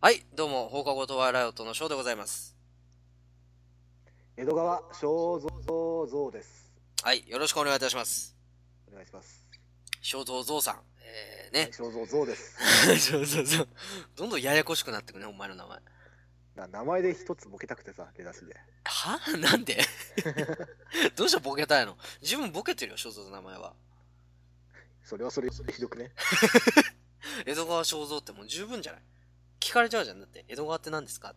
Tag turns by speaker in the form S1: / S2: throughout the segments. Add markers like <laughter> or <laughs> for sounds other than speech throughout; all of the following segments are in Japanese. S1: はい、どうも、放課後トワイライトのショーでございます。
S2: 江戸川正蔵蔵です。
S1: はい、よろしくお願いいたします。
S2: お願いします。
S1: 正蔵蔵さん。えー、ね。
S2: 正蔵蔵です。
S1: <laughs> そうそうそう。どんどんややこしくなってくね、お前の名前。
S2: な名前で一つボケたくてさ、出だしで。
S1: は <laughs> なんでどうしてボケたいの自分ボケてるよ、正蔵の名前は。
S2: それはそれでひどくね。
S1: 江戸川正蔵ってもう十分じゃない聞かれちゃうじゃん。だって、江戸川って何ですかっ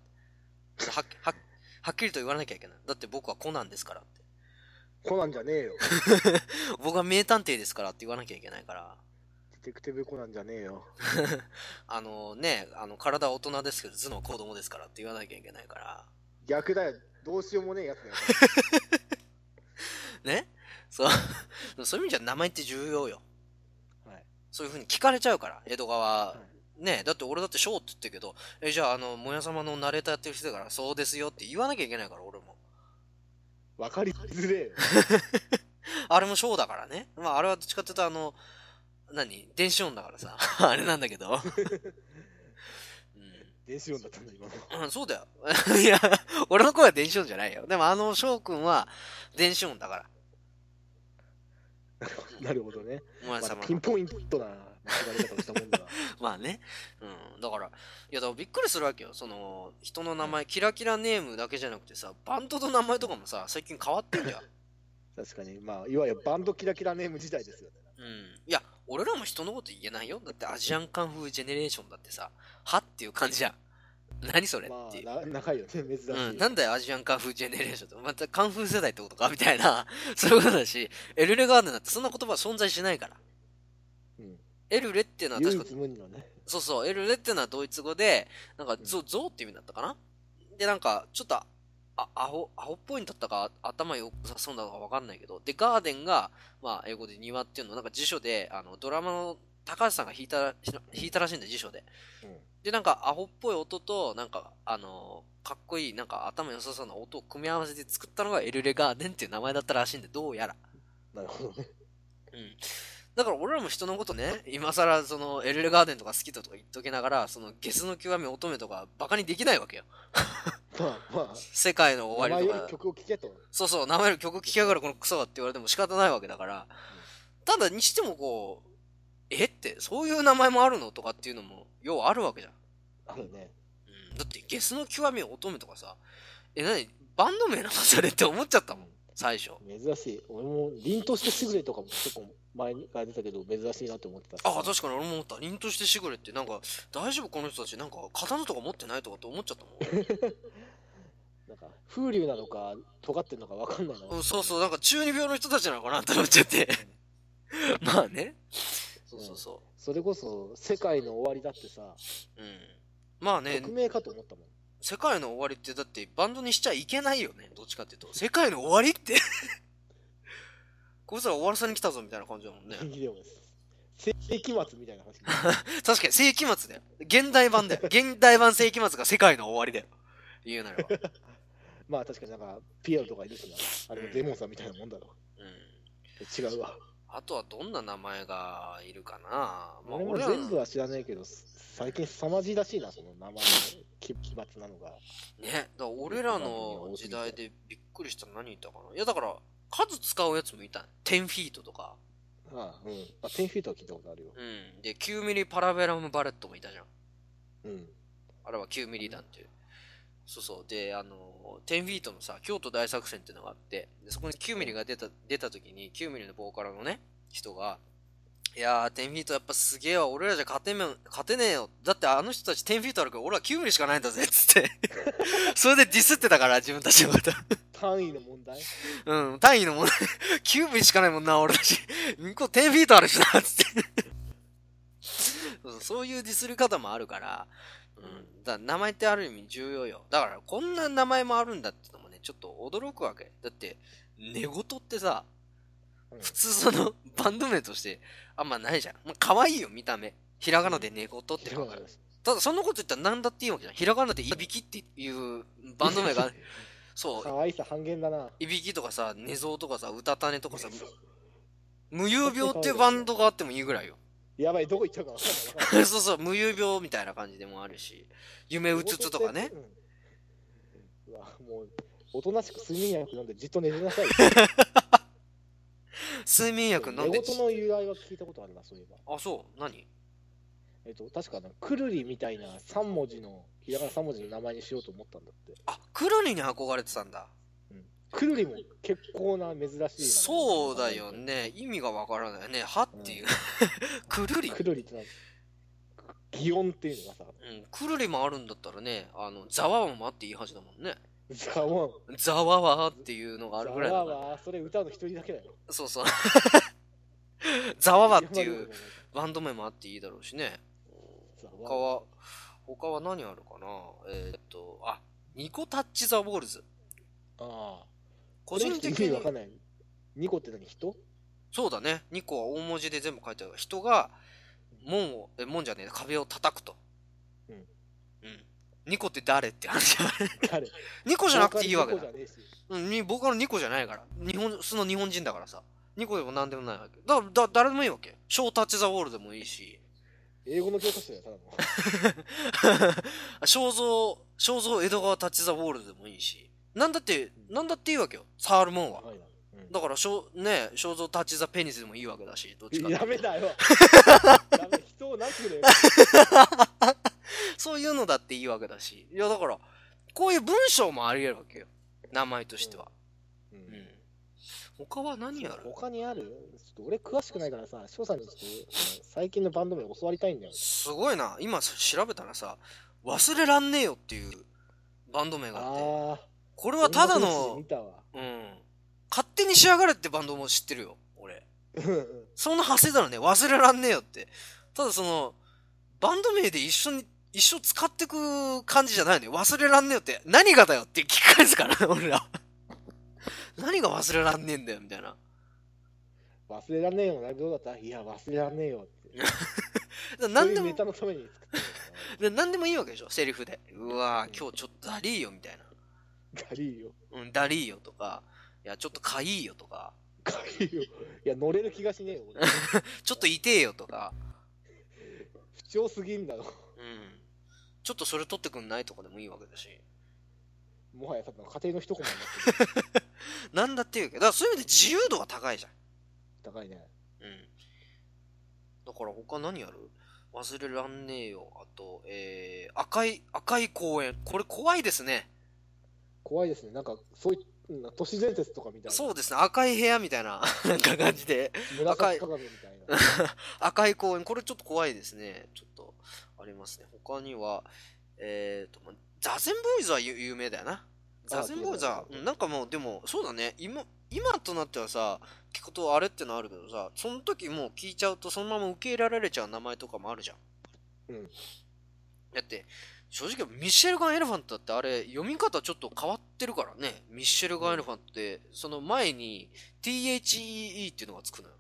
S1: てはっはっはっきりと言わなきゃいけない。だって僕はコナンですからって。
S2: コナンじゃねえよ。
S1: 僕は名探偵ですからって言わなきゃいけないから。
S2: ディテクティブコナンじゃねえよ。
S1: あのね、あの体は大人ですけど頭脳は子供ですからって言わなきゃいけないから。
S2: 逆だよ。どうしようもねえやつだよ。
S1: ねそう。そういう意味じゃ名前って重要よ。
S2: はい。
S1: そういう風に聞かれちゃうから、江戸川
S2: は。
S1: ねだって俺だってショーって言ってるけど、え、じゃああの、もや様のナレーターやってる人だから、そうですよって言わなきゃいけないから、俺も。
S2: わかりづれえよ。
S1: あれもショーだからね。まあ、あれはどっちかっていうと、あの、何電子音だからさ。 <laughs> あれなんだけ
S2: <laughs>
S1: ど。うん
S2: 電子音だったんだ、今の。
S1: うん、そうだよ。 <laughs> いや、俺の声は電子音じゃないよ。でもあの翔くんは電子音だから。
S2: なるほどね。
S1: お前様
S2: まあピン
S1: の。
S2: ポイントな間違え方をしたもんだな。
S1: まあね。うん。だから、いや、だからびっくりするわけよ。その、人の名前、キラキラネームだけじゃなくてさ、バンドの名前とかもさ、最近変わってん
S2: <laughs>
S1: じゃん。
S2: 確かに、まあ、いわゆるバンドキラキラネーム時代ですよ
S1: <laughs>
S2: ね。
S1: うん。いや、俺らも人のこと言えないよ。だってアジアンカンフージェネレーションだってさ、はっていう感じじゃん。何それ
S2: ま
S1: っていう。
S2: あ、な長いよね、珍しい。
S1: うん、なんだよ、アジアンカンフージェネレーションって。また、カンフー世代ってことかみたいな。そういうことだし、エルレガーデンだってそんな言葉は存在しないから。
S2: うん
S1: エルレっていうのは
S2: 唯
S1: 確か、
S2: 一無二のね。
S1: そうそう、エルレっていうのはドイツ語で、なんか、ゾ、ゾウっていう意味だったかなで、なんか、ちょっと、あ、アホ、アホっぽいんだったか、頭よさそうなのかわかんないけど、で、ガーデンが、まあ、英語で庭っていうのを、なんか辞書で、あの、ドラマの高橋さんが弾いたら、弾いたらしいんだよ、辞書で。
S2: うん
S1: で、なんか、アホっぽい音と、なんか、あのーかっこいい、なんか、頭良さそうな音を組み合わせて作ったのがエルレガーデンっていう名前だったらしいんで、どうやら。
S2: なるほどね。
S1: うん。だから、俺らも人のことね、今更、その、エルレガーデンとか好きだとか言っときながら、その、ゲスの極み乙女とか、バカにできないわけよ。
S2: まあま
S1: 世界の
S2: あ、
S1: 終わ
S2: 名
S1: り
S2: 前
S1: と
S2: よ
S1: か
S2: り。曲を聴けと。
S1: そうそう、名前の曲聴きやがるこのクソがって言われても仕方ないわけだから。ただ、にしてもこう、えって、そういう名前もあるのとかっていうのも、ようあるわけじゃん。
S2: あるね。
S1: うんだって、ゲスの極み乙女とかさ、え、なに、バンド名なのそれって思っちゃったもん、最初。
S2: 珍しい俺も凛としてしぐれとかも結構前に出たけど珍しいなと思ってたし
S1: ああ、確かに俺も思った。凛としてしぐれって、なんか、大丈夫この人たち、なんか、刀とか持ってないとかって思っちゃったも
S2: なんか風流なのか尖ってるのか分かんないな、
S1: んうん。そうそう、なんか中二病の人たちなのかなって思っちゃって。 <laughs> まあね。そうそうそ
S2: それこそ「世界の終わり」だってさ
S1: う。うん。まあね、
S2: 匿名かと思ったもん
S1: 世界の終わりってだってバンドにしちゃいけないよね。どっちかっていうと。世界の終わりって <laughs> こいつら終わらさに来たぞみたいな感じだもんね。
S2: でも世紀末みたいな
S1: <laughs>
S2: 話
S1: 確かに世紀末だよ。現代版だよ。現代版世紀末が世界の終わりだよ。言うならば。
S2: まあ確かになんかピエロとかいるしなあれもデモンさんみたいなもんだろ
S1: うん。
S2: 違うわ
S1: あとはどんな名前がいるかなまあ
S2: 俺も
S1: 俺は
S2: 全部は知らないけど最近凄まじいらしいなその名前の奇奇抜なのが
S1: ね。だから俺らの時代でびっくりしたの何いたかないやだから数使うやつもいた。10フィートとか。
S2: ああうんまあ10フィートは聞いたことあるよ
S1: うん。で、9ミリパラベラムバレットもいたじゃん。
S2: うん
S1: あれは9ミリ弾っていう。そうそう。で、あの、10フィートのさ、京都大作戦っていうのがあって、でそこに9ミリが出た、出た時に、9ミリのボーカルのね、人が、いやー、10フィートやっぱすげえわ。俺らじゃ勝てめ、勝てねえよ。だってあの人たち10フィートあるけど、俺は9ミリしかないんだぜ、つって。 <laughs> それでディスってたから、自分たちのこと。
S2: 単位の問題
S1: うん、単位の <laughs> 問題、9分しかないもんな、俺たち。向こう10フィートあるしな、つって。 <laughs> そうそういうディスり方もあるから、うん、だ名前ってある意味重要よ。だから、こんな名前もあるんだってのもね、ちょっと驚くわけ。だって、寝言ってさ、
S2: うん
S1: 普通その、 <laughs> バンド名として、あんまないじゃん。まあ、可愛いよ、見た目。ひらがなで寝言って
S2: で
S1: 書
S2: も
S1: く。ただ、そんなこと言ったら何だっていいわけじゃん。ひらがなでいびきっていうバンド名があ <laughs> る、そう、
S2: 可愛さ半減だな。
S1: いびきとかさ、寝相とかさ、うたた寝とかさ、無遊病っていうバンドがあってもいいぐらいよ。 <laughs>
S2: やばい、どこ行っちゃうかわかんないわかんない。
S1: そうそう、無遊病みたいな感じでもあるし、夢うつつとかね。
S2: うん。うわ、もう、おとなしく睡眠薬飲んでじっと寝てなさい。
S1: 睡眠薬飲んで
S2: 寝言の由来は聞いたことあるな、そういえば。
S1: あ、そう、何
S2: えっと、確かな、くるりみたいな3文字の、ひらがな3文字の名前にしようと思ったんだって。
S1: あ、クルリに憧れてたんだ。
S2: くるりも結構な珍しいな
S1: そうだよ。ね。意味がわからないね。はって <laughs> いう。くるり。
S2: くるりってなんか、擬音っていうのがさ、
S1: うん、くるりもあるんだったらね、あの、ざわわもあっていいはずだもんね。
S2: ザワン、
S1: ざわわっていうのがあ
S2: ザ
S1: るぐらいだ
S2: ワ
S1: から。
S2: はそれ歌うの一人だけだよ。
S1: そうそう。 <laughs> ざわわって
S2: 山
S1: い
S2: の
S1: う
S2: 中で
S1: バンド名もあっていいだろうしね。
S2: ザワ
S1: 他は、他は何あるかなえーっと、あ、ニコタッチザボールズ。
S2: ああ。
S1: 個人的
S2: 意味わか
S1: に、
S2: んない。ニコって何人
S1: そうだね。ニコは大文字で全部書いてある。人が、門を、え、門じゃねえ、壁を叩くと。
S2: うん
S1: うん。ニコって誰って話。 <laughs>
S2: 誰
S1: ニコじゃなくていいわけだ
S2: ボー。カルニコじゃね
S1: うん、に僕のニコじゃないから。日本、その日本人だからさ。ニコでも何でもないわけ。だ、だ、誰でもいいわけ。ショータッチザウォールでもいいし。
S2: えし英語の教科書だよ、た
S1: <laughs>
S2: だの。
S1: 肖像、肖像江戸川タッチザウォールでもいいし。なんだって、なんだっていいわけよ。サールモンは。
S2: はいなうん
S1: だから、しょう、ねえ、肖像タッチザペニスでもいいわけだし、どっちかっていうと
S2: ダ
S1: <laughs>
S2: メだよ。ダメ、人をなくね。
S1: そういうのだっていいわけだし。いや、だから、こういう文章もあり得るわけよ。名前としては。
S2: う
S1: うんん。他は何やる
S2: 他にあるちょっと俺詳しくないからさ、翔さんにちょっとあの最近のバンド名教わりたいんだよ。
S1: すごいな。今調べたらさ、忘れらんねえよっていうバンド名があって。
S2: ああ。
S1: これ
S2: こ
S1: はただ
S2: んなページで
S1: の
S2: 見、たわ。 <laughs>
S1: うん。勝手に仕上がれってバンドも知ってるよ。俺。
S2: うんうん
S1: そんな派生だろね。忘れらんねえよって。ただその、バンド名で一緒に、一生使ってく感じじゃないね。忘れらんねえよって、何がだよって聞き返すから、 <laughs> 俺ら。何が忘れらんねえんだよ、みたいな。
S2: 忘れらんねえよ、ライブどうだったいや、忘れらんねえよって。
S1: だ
S2: そう
S1: 何
S2: い
S1: で
S2: う
S1: も
S2: ネ、タのために作ってる
S1: で何でもいいわけでしょ、セリフで。うわ
S2: うん
S1: ぁ、今日ちょっとだりーよ、みたい
S2: から。ガリーよ。
S1: な。うん、だりーよとか、いや、ちょっとかいいよとか、
S2: ガリーよ。いや、乗れる気がしねえよ。
S1: <laughs>
S2: 俺
S1: ちょっと痛えよとか、
S2: 不調すぎんだろ。
S1: うん。ちょっとそれ取ってくんないとかでもいいわけだし。
S2: もはやただの家庭の一コマになってる。
S1: なんだっていうけど、だからそういう意味で自由度が高いじゃん。
S2: 高いね。 <laughs>
S1: うん。だから他何やる忘れらんねえよ。あと、えー、赤い、赤い公園。これ怖いですね。
S2: 怖いですね。なんか、そういう、うん都市伝説とかみたいな。
S1: そうですね。赤い部屋みたいな、なんか感じで。
S2: 紫鏡みたいな。
S1: <laughs> 赤い公園。これちょっと怖いですね。ちょっと、ありますね。他には、えーと、まザゼンボーイズは有有名だよな。ザゼンボーイズは、
S2: 有名だね
S1: うんなんかもう、でも、そうだね。今、今となってはさ、聞くとあれってのあるけどさ、その時もう聞いちゃうと、そのまま受け入れられちゃう名前とかもあるじゃん。
S2: うん。
S1: だって、正直、ミシェルガン・エレファントだってあれ、読み方ちょっと変わってるからね。ミシェルガン・エレファントって、その前に THEE っていうのがつくのよ。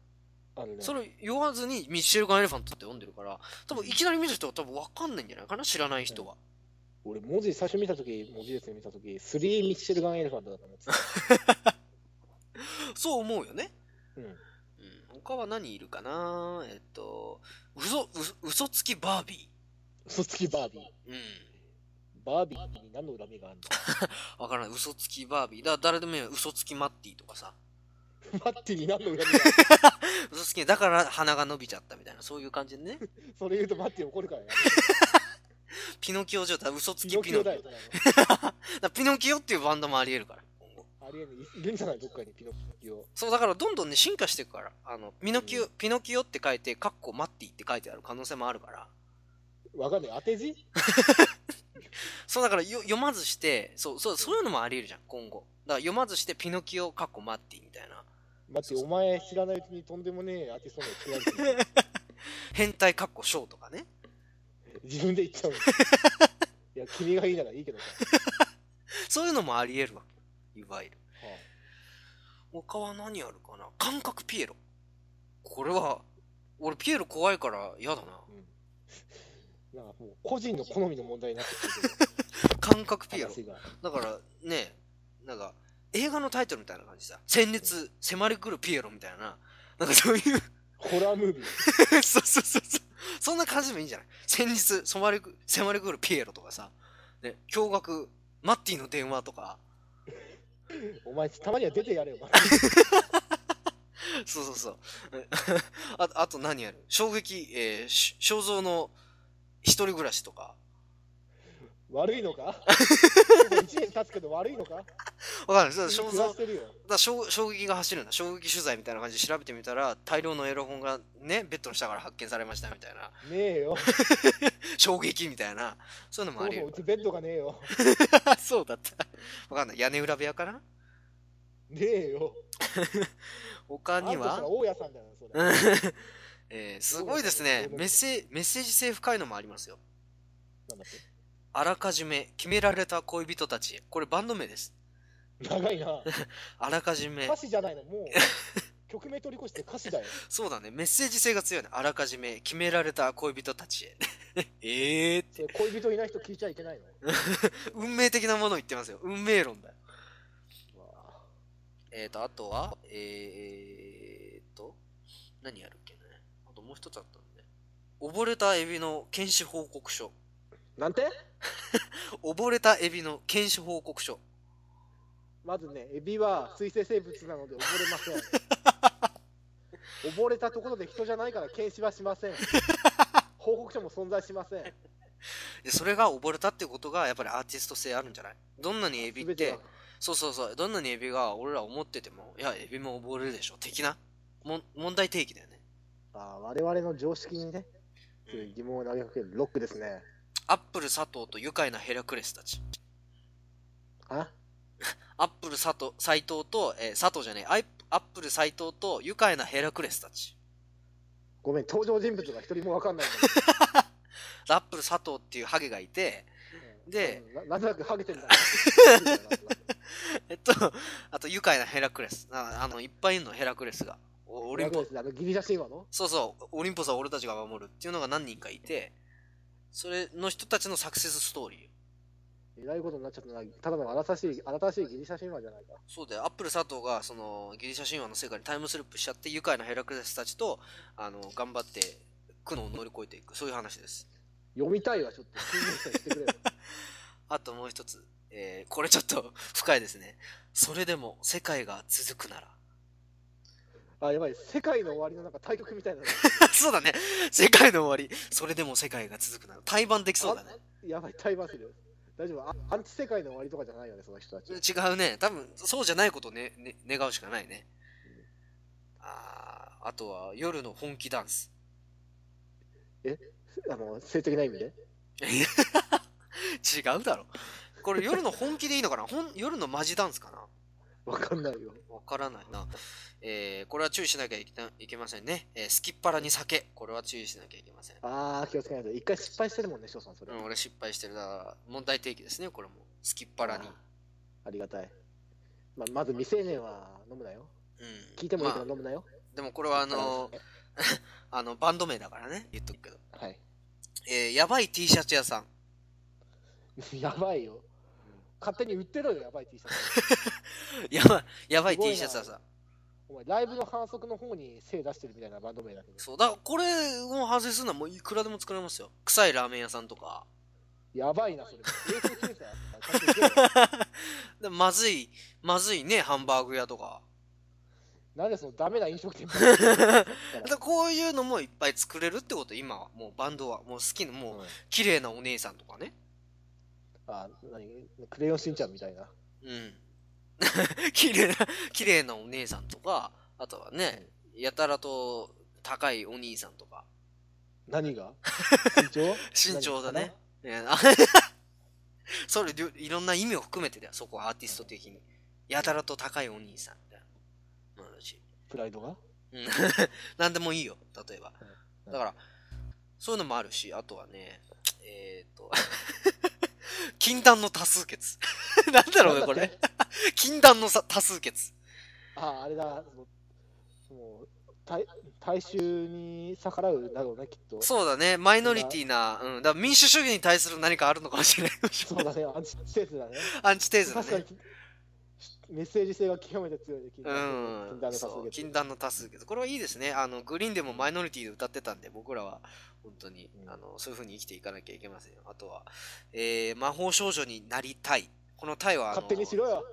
S2: あのね。
S1: それ言わずにミシェルガン・エレファントって読んでるから、多分いきなり見る人は多分わかんないんじゃないかな知らない人は。
S2: 俺、文字最初見たとき、文字列に見たとき、スリーミッシェルガンエレファントだと思ってた。 <laughs>
S1: そう思うよね。
S2: うん。
S1: うん。他は何いるかなえっと、嘘、嘘嘘つきバービ
S2: 嘘つきバービー。
S1: ー。うん。
S2: バービーに何の恨 <laughs> みがあん
S1: わからない。嘘つきバービー。だ、誰でもいいよ。嘘つきマッティとかさ。
S2: のマッティに何の恨みがあ
S1: 嘘つき、だから鼻が伸びちゃったみたいな、そういう感じ <laughs> でね。
S2: ん <laughs> のそれ言うとマッティ怒るからね。
S1: ピノキオ状態、嘘つ
S2: ピ
S1: き
S2: ノ
S1: ピ
S2: キ
S1: ノ
S2: オ
S1: キオ。
S2: だ
S1: だ
S2: よ
S1: か。らピノキオっていうバンドもあり得るから。今後
S2: ありえない。いるんじゃないどっかにピノキオ。
S1: そう、だからどんどんね、進化していくから。あの、ピノキオ、
S2: う
S1: ピノキオって書いて、カッコマッティって書いてある可能性もあるから。
S2: わかんない。当て字
S1: そう、だからよ読まずして、そう、そう、そういうのもあり得るじゃん、今後。だから読まずして、ピノキオ、カッコマッティみたいな。
S2: 待って、お前知らないうちにとんでもねえアーティスト名作られてる。
S1: 変態、カッコショーとかね。
S2: 自分で言っちゃ <laughs> うんだいや、君がいいならいいけどさ。
S1: そういうのもあり得るわけ。いわゆる。
S2: は
S1: 他は何やるかな感覚ピエロ。これは、俺ピエロ怖いから嫌だな。
S2: あうん、なんかもう個人の好みの問題になってくる
S1: 感覚
S2: け
S1: ピエ
S2: ど、
S1: ロ。
S2: 話が。
S1: だからね、なんか映画のタイトルみたいな感じさ、戦慄、迫り来るピエロみたいな、なんかそういう、
S2: ホラームービー。
S1: <laughs> そうそうそうそう。そんな感じでもいいんじゃない先日、ソマリク、迫り来るピエロとかさ、ね、驚愕、マッティの電話とか、
S2: お前、たまには出てやれよ、ま
S1: そうそうそう。 <laughs> ああと何やる衝撃、えー、し肖像の一人暮らしとか。
S2: 悪いのか一年経つけど悪いのか
S1: わかる。そう肖
S2: 食
S1: 像
S2: わ、してるよ。
S1: だ衝衝撃が走るんだ衝撃取材みたいな感じで調べてみたら大量のエロ本がねベッドの下から発見されましたみたいな
S2: ねえよ。
S1: 衝撃みたいなそういうのもあ
S2: そも
S1: る
S2: そも
S1: よ
S2: うちベッドがねえよ。
S1: <laughs> そうだったわかんない屋根裏部屋かな
S2: ねえよ。
S1: 他に
S2: あんたそ
S1: は
S2: ら大家さんだよ、それ。
S1: うんえーすごいですねメッセメッセージ性深いのもありますよ
S2: なんだっ
S1: あらかじめ決められた恋人たちへこれバンド名です
S2: け長
S1: <laughs>
S2: いな。
S1: あらかじめ
S2: 歌詞じゃないの、もう。曲名取り越して歌詞だよ。
S1: そうだねメッセージ性が強いねあらかじめ決められた恋人たちへ <laughs> ええ
S2: それ恋人いない人聞いちゃいけないの。
S1: 運命的なものを言ってますよ運命論だよ
S2: うわ
S1: えーと、あとは、えーと、何やるっけね。あともう一つあったんで、ね。溺れたエビの検視報告書。
S2: なんて
S1: 溺れたエビの検視報告書。
S2: まずね、エビは水生生物なので溺れません。溺れたところで人じゃないから検視はしません。報告書も存在しません。
S1: で、それが溺れたってことが、やっぱりアーティスト性あるんじゃないどんなにエビっ
S2: 全て
S1: て
S2: が、
S1: そうそうそう、どんなにエビが俺ら思ってても、いや、エビも溺れるでしょ。的なもん問題提起だよね。
S2: あー我々の常識にね、そういう疑問を投げかけるロックですね。
S1: アップル佐藤と愉快なヘラクレスたち。
S2: あ
S1: アップル佐藤、斎藤と、えー佐藤じゃねえ、アイアップル斎藤と愉快なヘラクレスたち。
S2: ごめん、登場人物が一人もわかんないんだ
S1: アップル佐藤っていうハゲがいて、
S2: けど。
S1: で
S2: うん、ななんとなくハゲてんだ。
S1: えっと、あと愉快なヘラクレス。ああの、いっぱいいるの、ヘラクレスが。おオリンポ
S2: ラグですねあのギリシャ神話の
S1: そうそう、オリンポスは俺たちが守るっていうのが何人かいて、それの人たちのサクセスストーリー。
S2: えらいことになっちゃったな。ただの新しい、新しいギリシャ神話じゃないか。
S1: そうだよ、アップル佐藤がそのギリシャ神話の世界にタイムスリップしちゃって、愉快なヘラクレスたちと、あの、頑張って苦悩を乗り越えていく。そういう話です。
S2: 読みたいわ、ちょっと。新入社してくれよ。
S1: あともう一つ。えー、これちょっと <laughs> 深いですね。それでも世界が続くなら。 <laughs>
S2: あ、やばい、世界の終わりのなんか対局みたいなの。
S1: そうだね。世界の終わり。それでも世界が続くなら。対バンできそうだね。
S2: やばい、対話する。大丈夫あアンチ世界の終わりとかじゃないよね、その人たち。
S1: 違うね。多分、そうじゃないことをね、ね願うしかないね。あーあとは、夜の本気ダンス。 <laughs>
S2: あの、性的な意味で。
S1: 違うだろ。これ、夜の本気でいいのかなほん夜のマジダンスかな
S2: わかんないよ。
S1: わからないな。えー、これは注意しなきゃいけないけませんね。えー、好きっ腹に酒。これは注意しなきゃいけません。
S2: あー、気をつけないと。一回失敗してるもんね、翔さん、それ。
S1: うん、俺失敗してる。だから、問題提起ですね、これも。好きっ腹に
S2: あ。ーありがたい。ままず未成年は飲むなよ。
S1: うん。
S2: 聞いてもいいから
S1: ま
S2: 飲むなよ。
S1: あでもこれは、あの、あの、バンド名だからね。言っとくけど。
S2: はい。
S1: えー、やばい T シャツ屋さん。
S2: やばいよ。 <laughs> 勝手に売ってろよ、やばい T シャツ。
S1: やばい、やばい
S2: すごい
S1: T シャ
S2: な
S1: ツはさ。
S2: お前、ライブの反則の方に精出してるみたいなバンド名だけど。
S1: そう、だからこれを反省するのはもういくらでも作れますよ。臭いラーメン屋さんとか。
S2: やばいな、そ
S1: <laughs>
S2: れ。衛生検査やったからちゃんと行けよ
S1: でまずい、まずいね、ハンバーグ屋とか。
S2: なんでそのダメな飲食店ばっ
S1: だ
S2: か
S1: <laughs>
S2: りやってんだよ
S1: からこういうのもいっぱい作れるってこと、今は。もうバンドは。もう好きな、もう綺麗なお姉さんとかね。
S2: あ、何クレヨンしんちゃんみたいな。
S1: うん。 <laughs> 綺麗な、綺麗なお姉さんとか、あとはね、やたらと高いお兄さんとか。
S2: 何
S1: <laughs>
S2: が身長
S1: 身長だね。ね <laughs> あそれ、りょいろんな意味を含めてだよ、そこはアーティスト的に。やたらと高いお兄さんみたいな。まあだし
S2: プライドが
S1: うん。なんでもいいよ、例えば。
S2: うん
S1: だから、そういうのもあるし、あとはね、えっ、と、 <laughs> 禁断の多数決。 <laughs> なんだろうね、こ
S2: なん
S1: れ
S2: だ。
S1: 禁断のさ多数決。
S2: あ、あれだ。そのもう、大大衆に逆らうだろうね、きっと。
S1: そうだね、マイノリティな、うん、だから民主主義に対する何かあるのかもしれない。 <laughs>
S2: そうだね、アンチテーゼだね。
S1: アンチテーゼだ
S2: 確か
S1: ね
S2: に。、メッセージ性が極めて強いで、禁
S1: う
S2: 断の禁断
S1: ん、
S2: の多
S1: そ
S2: 数
S1: う、
S2: 決。
S1: 禁断の多数決。これはいいですね。あの、グリーンでもマイノリティで歌ってたんで、僕らは本当に、
S2: うん
S1: あの、そういう風に生きていかなきゃいけませんよ。あとは、えー、魔法少女になりたい。このタイは、あの
S2: 勝手にしろよ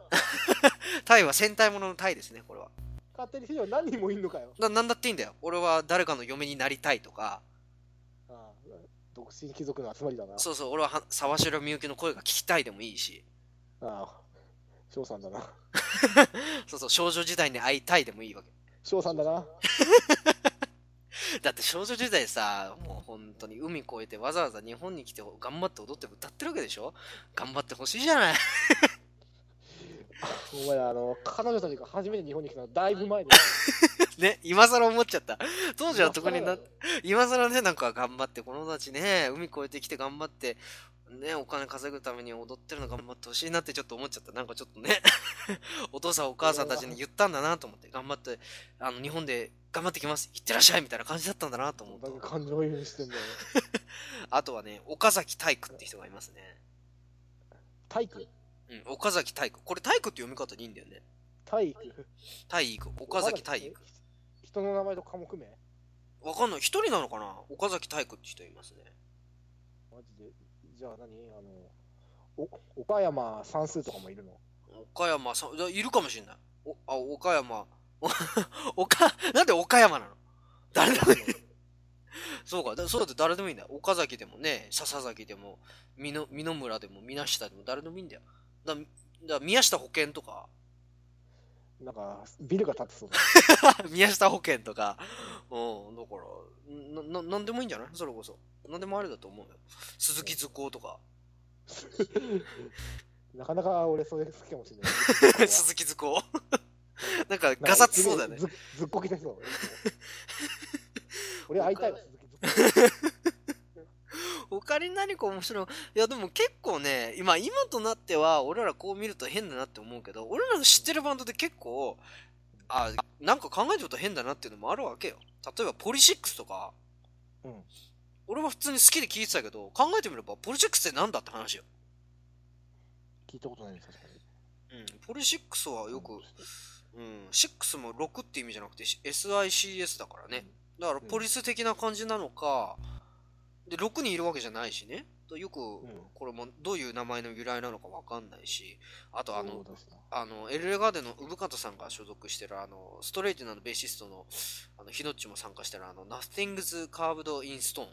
S1: タイは戦隊もののタイですね、これは。
S2: 勝手にしろよ何人もいんのかよ
S1: な、なんだっていいんだよ。俺は誰かの嫁になりたいとか、
S2: ああ独身貴族の集まりだな。
S1: そうそう、俺はは沢城みゆきの声が聞きたいでもいいし、
S2: ああ、翔さんだな。
S1: そうそう、少女時代に会いたいでもいいわけ。
S2: 翔さんだな。
S1: だって少女時代さ、もう本当に海越えてわざわざ日本に来て頑張って踊って歌ってるわけでしょ頑張ってほしいじゃない。
S2: お前ら、あの、彼女たちが初めて日本に来たのだいぶ前に。
S1: ね、今更思っちゃ <laughs> った。当時は特に
S2: 今更
S1: な
S2: だよ、
S1: 今更ね、なんか頑張って、この子たちね、海越えてきて頑張って、ね、お金稼ぐために踊ってるの頑張ってほしいなってちょっと思っちゃった。なんかちょっとね、 <laughs> お父さんお母さんたちに言ったんだなと思って、頑張って、あの、日本で頑張ってきます。行ってらっしゃいみたいな感じだったんだなと思う
S2: なん
S1: と。
S2: か感情移入してんだよ。
S1: あとはね、岡崎体育って人がいますね。
S2: 体育
S1: うん、岡崎体育。これ体育って読み方でいいんだよね。
S2: 体育
S1: 体育、岡崎体育。。
S2: 人の名前と科目名
S1: わかんない。一人なのかな岡崎体育って人いますね。
S2: マジで。じゃあ何あの、お岡山算数とかもいるの
S1: 岡山さん、いやいるかもしれない。おあ、岡山。 <laughs> お岡、なんで岡山なの誰でもいい。 <laughs> そうか、だそうだって誰でもいいんだよ。岡崎でもね、笹崎でも、美濃美濃村でも、皆下でも、誰でもいいんだよ。だ、だ宮下保険とか、 <laughs>
S2: なんか、ビルが建ってそうだ。
S1: 宮下保険とか、うん、だから、な、ななんでもいいんじゃないそれこそ。なんでもあれだと思うよ。鈴木図工とか、
S2: なかなか俺それ好きかもしれない。
S1: 鈴木図工。なんか、 <laughs> ガサツそうだね。
S2: ずずっこき
S1: <laughs>
S2: てそう。俺会いたいわ、鈴木ずっこき。
S1: 他に何か面白い。いや、でも結構ね、今、今となっては、俺らこう見ると変だなって思うけど、俺らの知ってるバンドで結構、あ、なんか考えてると変だなっていうのもあるわけよ。例えば、ポリシックスとか、
S2: うん。
S1: 俺は普通に好きで聴いてたけど、考えてみれば、ポリシックスってなんだって話よ。
S2: 聞いたことないです、確かに。
S1: うん、ポリシックスはよく、うん、6も6って意味じゃなくて、し SICS だからね。だから、ポリス的な感じなのか、で、6人いるわけじゃないしね。とよく、
S2: ん
S1: これもどういう名前の由来なのかわかんないし、あとあの、
S2: そうだしな
S1: あの、LA ガーデンの産方さんが所属してる、あの、ストレイトなのベーシストの、あの、ヒノッチも参加してる、あの、Nothing's Carved in Stone。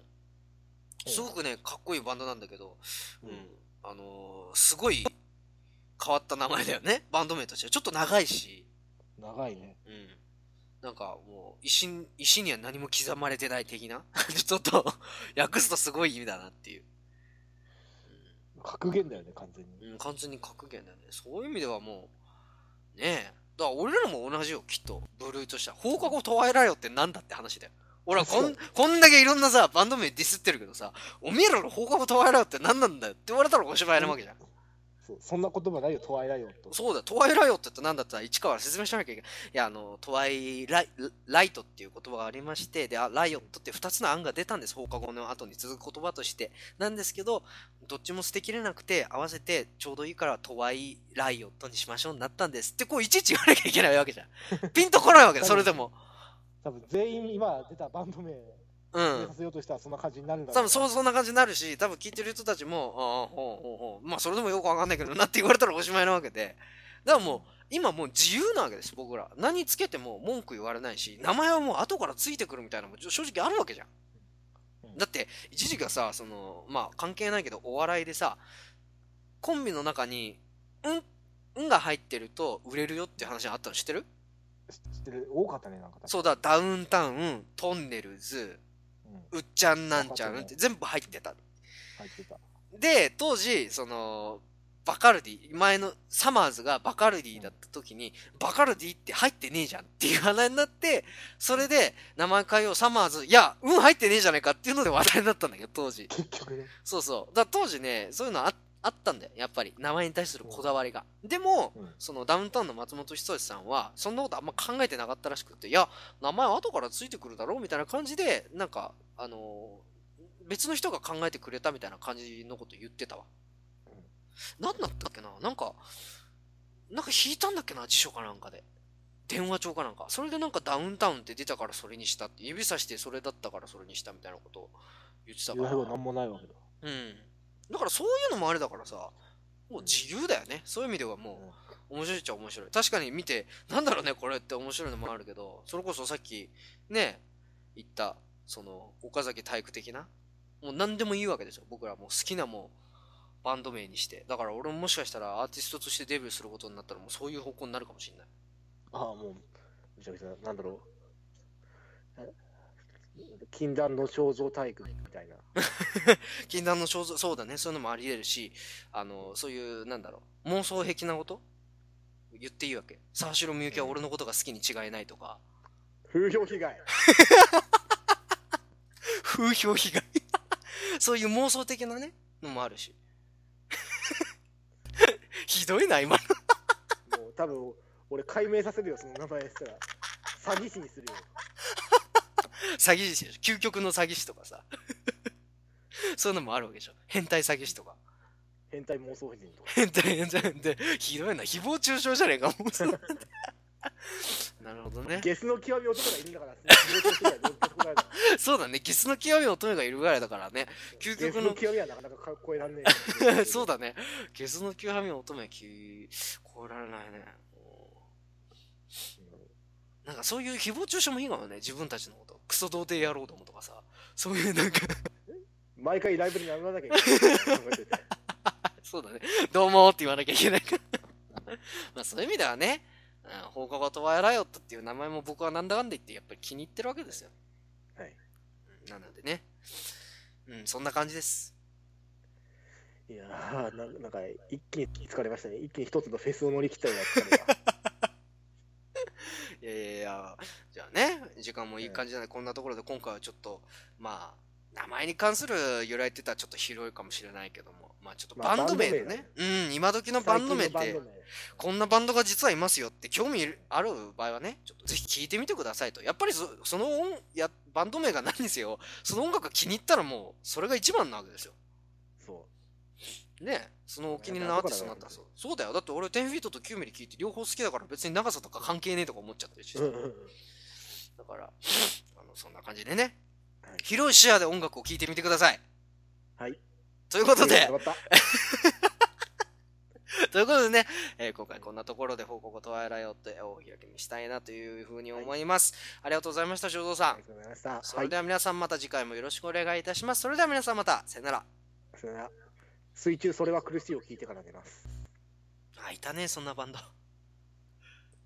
S1: すごくね、かっこいいバンドなんだけど、うん、あのーすごい変わった名前だよね、バンド名としては。ちょっと長いし、
S2: 長いね。
S1: うん。なんかもう、石に、石には何も刻まれてない的な <laughs> ちょっと、訳すとすごい意味だなっていう。
S2: 格言だよね、完全に。
S1: うん、完全に格言だよね。そういう意味ではもう、ねえ。だから俺らも同じよ、きっと。部類としては。放課後とわえらよってなんだって話だよ。俺はこ
S2: そ
S1: ん
S2: う、
S1: こんだけいろんなさ、バンド名ディスってるけどさ、おめえらの放課後とわえらよって何なんだよって言われたらおしまいなわけじゃん。
S2: そうそんな言葉ないよ、トワイライオンと。
S1: そうだ、トワイライオットって何だったら一から説明しなきゃいけない。いや、あの、トワイライライトっていう言葉がありまして、で、あライオットって2つの案が出たんです。放課後の後に続く言葉として。なんですけど、どっちも捨てきれなくて、合わせてちょうどいいからトワイライオットにしましょうになったんですって、こういちいち言わなきゃいけないわけ <laughs> じゃん。ピンとこないわけだ、それでも。
S2: 多分全員今出たバンド名
S1: う
S2: 出
S1: ん
S2: さ。せようとしたらそんな感じになるんだろ
S1: 多
S2: う
S1: 分そうそんな感じになるし、多分聞いてる人たちも、ああ、ほうほうほう。まあ、それでもよくわかんないけどなって言われたらおしまいなわけで。だからもう、今もう自由なわけです、僕ら。何つけても文句言われないし、名前はもう後からついてくるみたいなのも正直あるわけじゃん
S2: う。ん
S1: だって、一時がさ、その、まあ、関係ないけど、お笑いでさ、コンビの中に、うん、うんが入ってると売れるよっていう話があったの知ってる
S2: し知ってる。多かったね、なんか。
S1: そうだ、ダウンタウン、トンネルズ、
S2: うん。
S1: うっちゃんなんちゃんって全部入ってた。
S2: 入ってた。
S1: で、当時、その、バカルディ、前のサマーズがバカルディだった時に、バカルディって入ってねえじゃんっていう話題になって、それで名前変えよう、サマーズ、いや、うん入ってねえじゃねえかっていうので話題になったんだけど、当時。
S2: 結局ね。
S1: そうそう。だから当時ね、そういうのああったんだよ、やっぱり。名前に対するこだわりが。でも、
S2: うん
S1: そのダウンタウンの松本人志さんは、そんなことあんま考えてなかったらしくて、いや、名前は後からついてくるだろうみたいな感じで、なんか、あのー別の人が考えてくれたみたいな感じのこと言ってたわ
S2: うん。
S1: 何だったっけななんか、なんか引いたんだっけな、辞書かなんかで。電話帳かなんか。それでなんかダウンタウンって出たからそれにしたって、指さしてそれだったからそれにしたみたいなことを言ってたから。
S2: 言わなんもないわけだ。
S1: うん。だからそういうのもあれだからさ、もう自由だよね。そういう意味ではもう、面白いっちゃ面白い。確かに見て、なんだろうね、これって面白いのもあるけど、それこそさっき、ね、言った、その、岡崎体育的な、もう何でもいいわけですよ。僕らもう好きなもう、バンド名にして。だから俺ももしかしたらアーティストとしてデビューすることになったら、もうそういう方向になるかもしれない。
S2: ああ、もう、めちゃくちゃ、なんだろう。え禁断の肖像体育みたいな。
S1: 禁断の肖像、そうだね、そういうのもあり得るし、あの、そういう、なんだろう、妄想癖なこと言っていいわけ。沢城みゆきは俺のことが好きに違いないとか、
S2: 風評被害。
S1: 風評被害 <laughs> そういう妄想的なね、のもあるし。 <laughs> ひどいな、今の。
S2: もう多分、俺解明させるよ、その名前したら。詐欺師にするよ。
S1: 詐欺師でしょ究極の詐欺師とかさ。 <laughs> そういうのもあるわけでしょ。変態詐欺師とか。
S2: 変態妄想人とか。
S1: 変態変態変態。ひどいな、誹謗中傷じゃねえか、もうそんな <laughs> なるほどね。
S2: ゲスの極み男がいるんだから、その風評被害乗っけてこないの
S1: そうだね、ゲスの極み乙女がいるぐらいだからね。 <laughs> 究極の
S2: ゲスの極みはなかなか超えらんねえ
S1: <laughs>
S2: よ。
S1: そうだね。ゲスの極みの乙女はき超えられないね。なんかそういう誹謗中傷もいいかもね。自分たちのこと。クソ童貞野郎どもとかさ。そういうなんか、 <laughs>
S2: 毎回ライブに名乗らなきゃいけない考えてて。
S1: そうだね。どうもって言わなきゃいけないから。 <laughs> まあそういう意味ではね、うん放課後とはやらよったっていう名前も僕はなんだかんで言ってやっぱり気に入ってるわけですよ。
S2: はい。
S1: うんなのでね。うん、そんな感じです。
S2: いやーな、なんか一気に疲れましたね。一気に一つのフェスを乗り切ったような疲れ
S1: <laughs>
S2: が。
S1: いやいやいや、じゃあね、時間もいい感じなんで、こんなところで今回はちょっと、まあ、名前に関する由来って言ったらちょっと広いかもしれないけども、まあちょっと
S2: ま
S1: バ
S2: あ
S1: ンド名の
S2: バンド名
S1: ね、うん、今時のバンド名っ
S2: 最
S1: て
S2: 近の、バンド名
S1: こんなバンドが実はいますよって興味ある場合はね、ちょっとぜひ聞いてみてくださいと。やっぱりそその音や、バンド名が何にせよ、その音楽が気に入ったらもう、それが一番なわけですよ。
S2: そ
S1: ねそのお気に入りのアーティストになったらそう。そうだよ。だって俺10フィートと9ミリ聞いて両方好きだから別に長さとか関係ねえとか思っちゃってるし
S2: う。。うんうんうん
S1: だから、あのそんな感じでね、
S2: はい
S1: 広い視野で音楽を聴いてみてください。
S2: はい。
S1: ということで、
S2: よかった
S1: <laughs> ということでね、えー今回こんなところで報告とワイライオットをお開きにしたいなというふうに思います。ありがとうございました、正蔵さ
S2: あ
S1: ん
S2: り。がとうございました。
S1: それでは皆さんまた次回もよろしくお願いいたします。それでは皆さんまた、さよなら。
S2: はい、さよなら水中それは苦しいを聞いてから寝ます。
S1: あ、いたね、そんなバンド。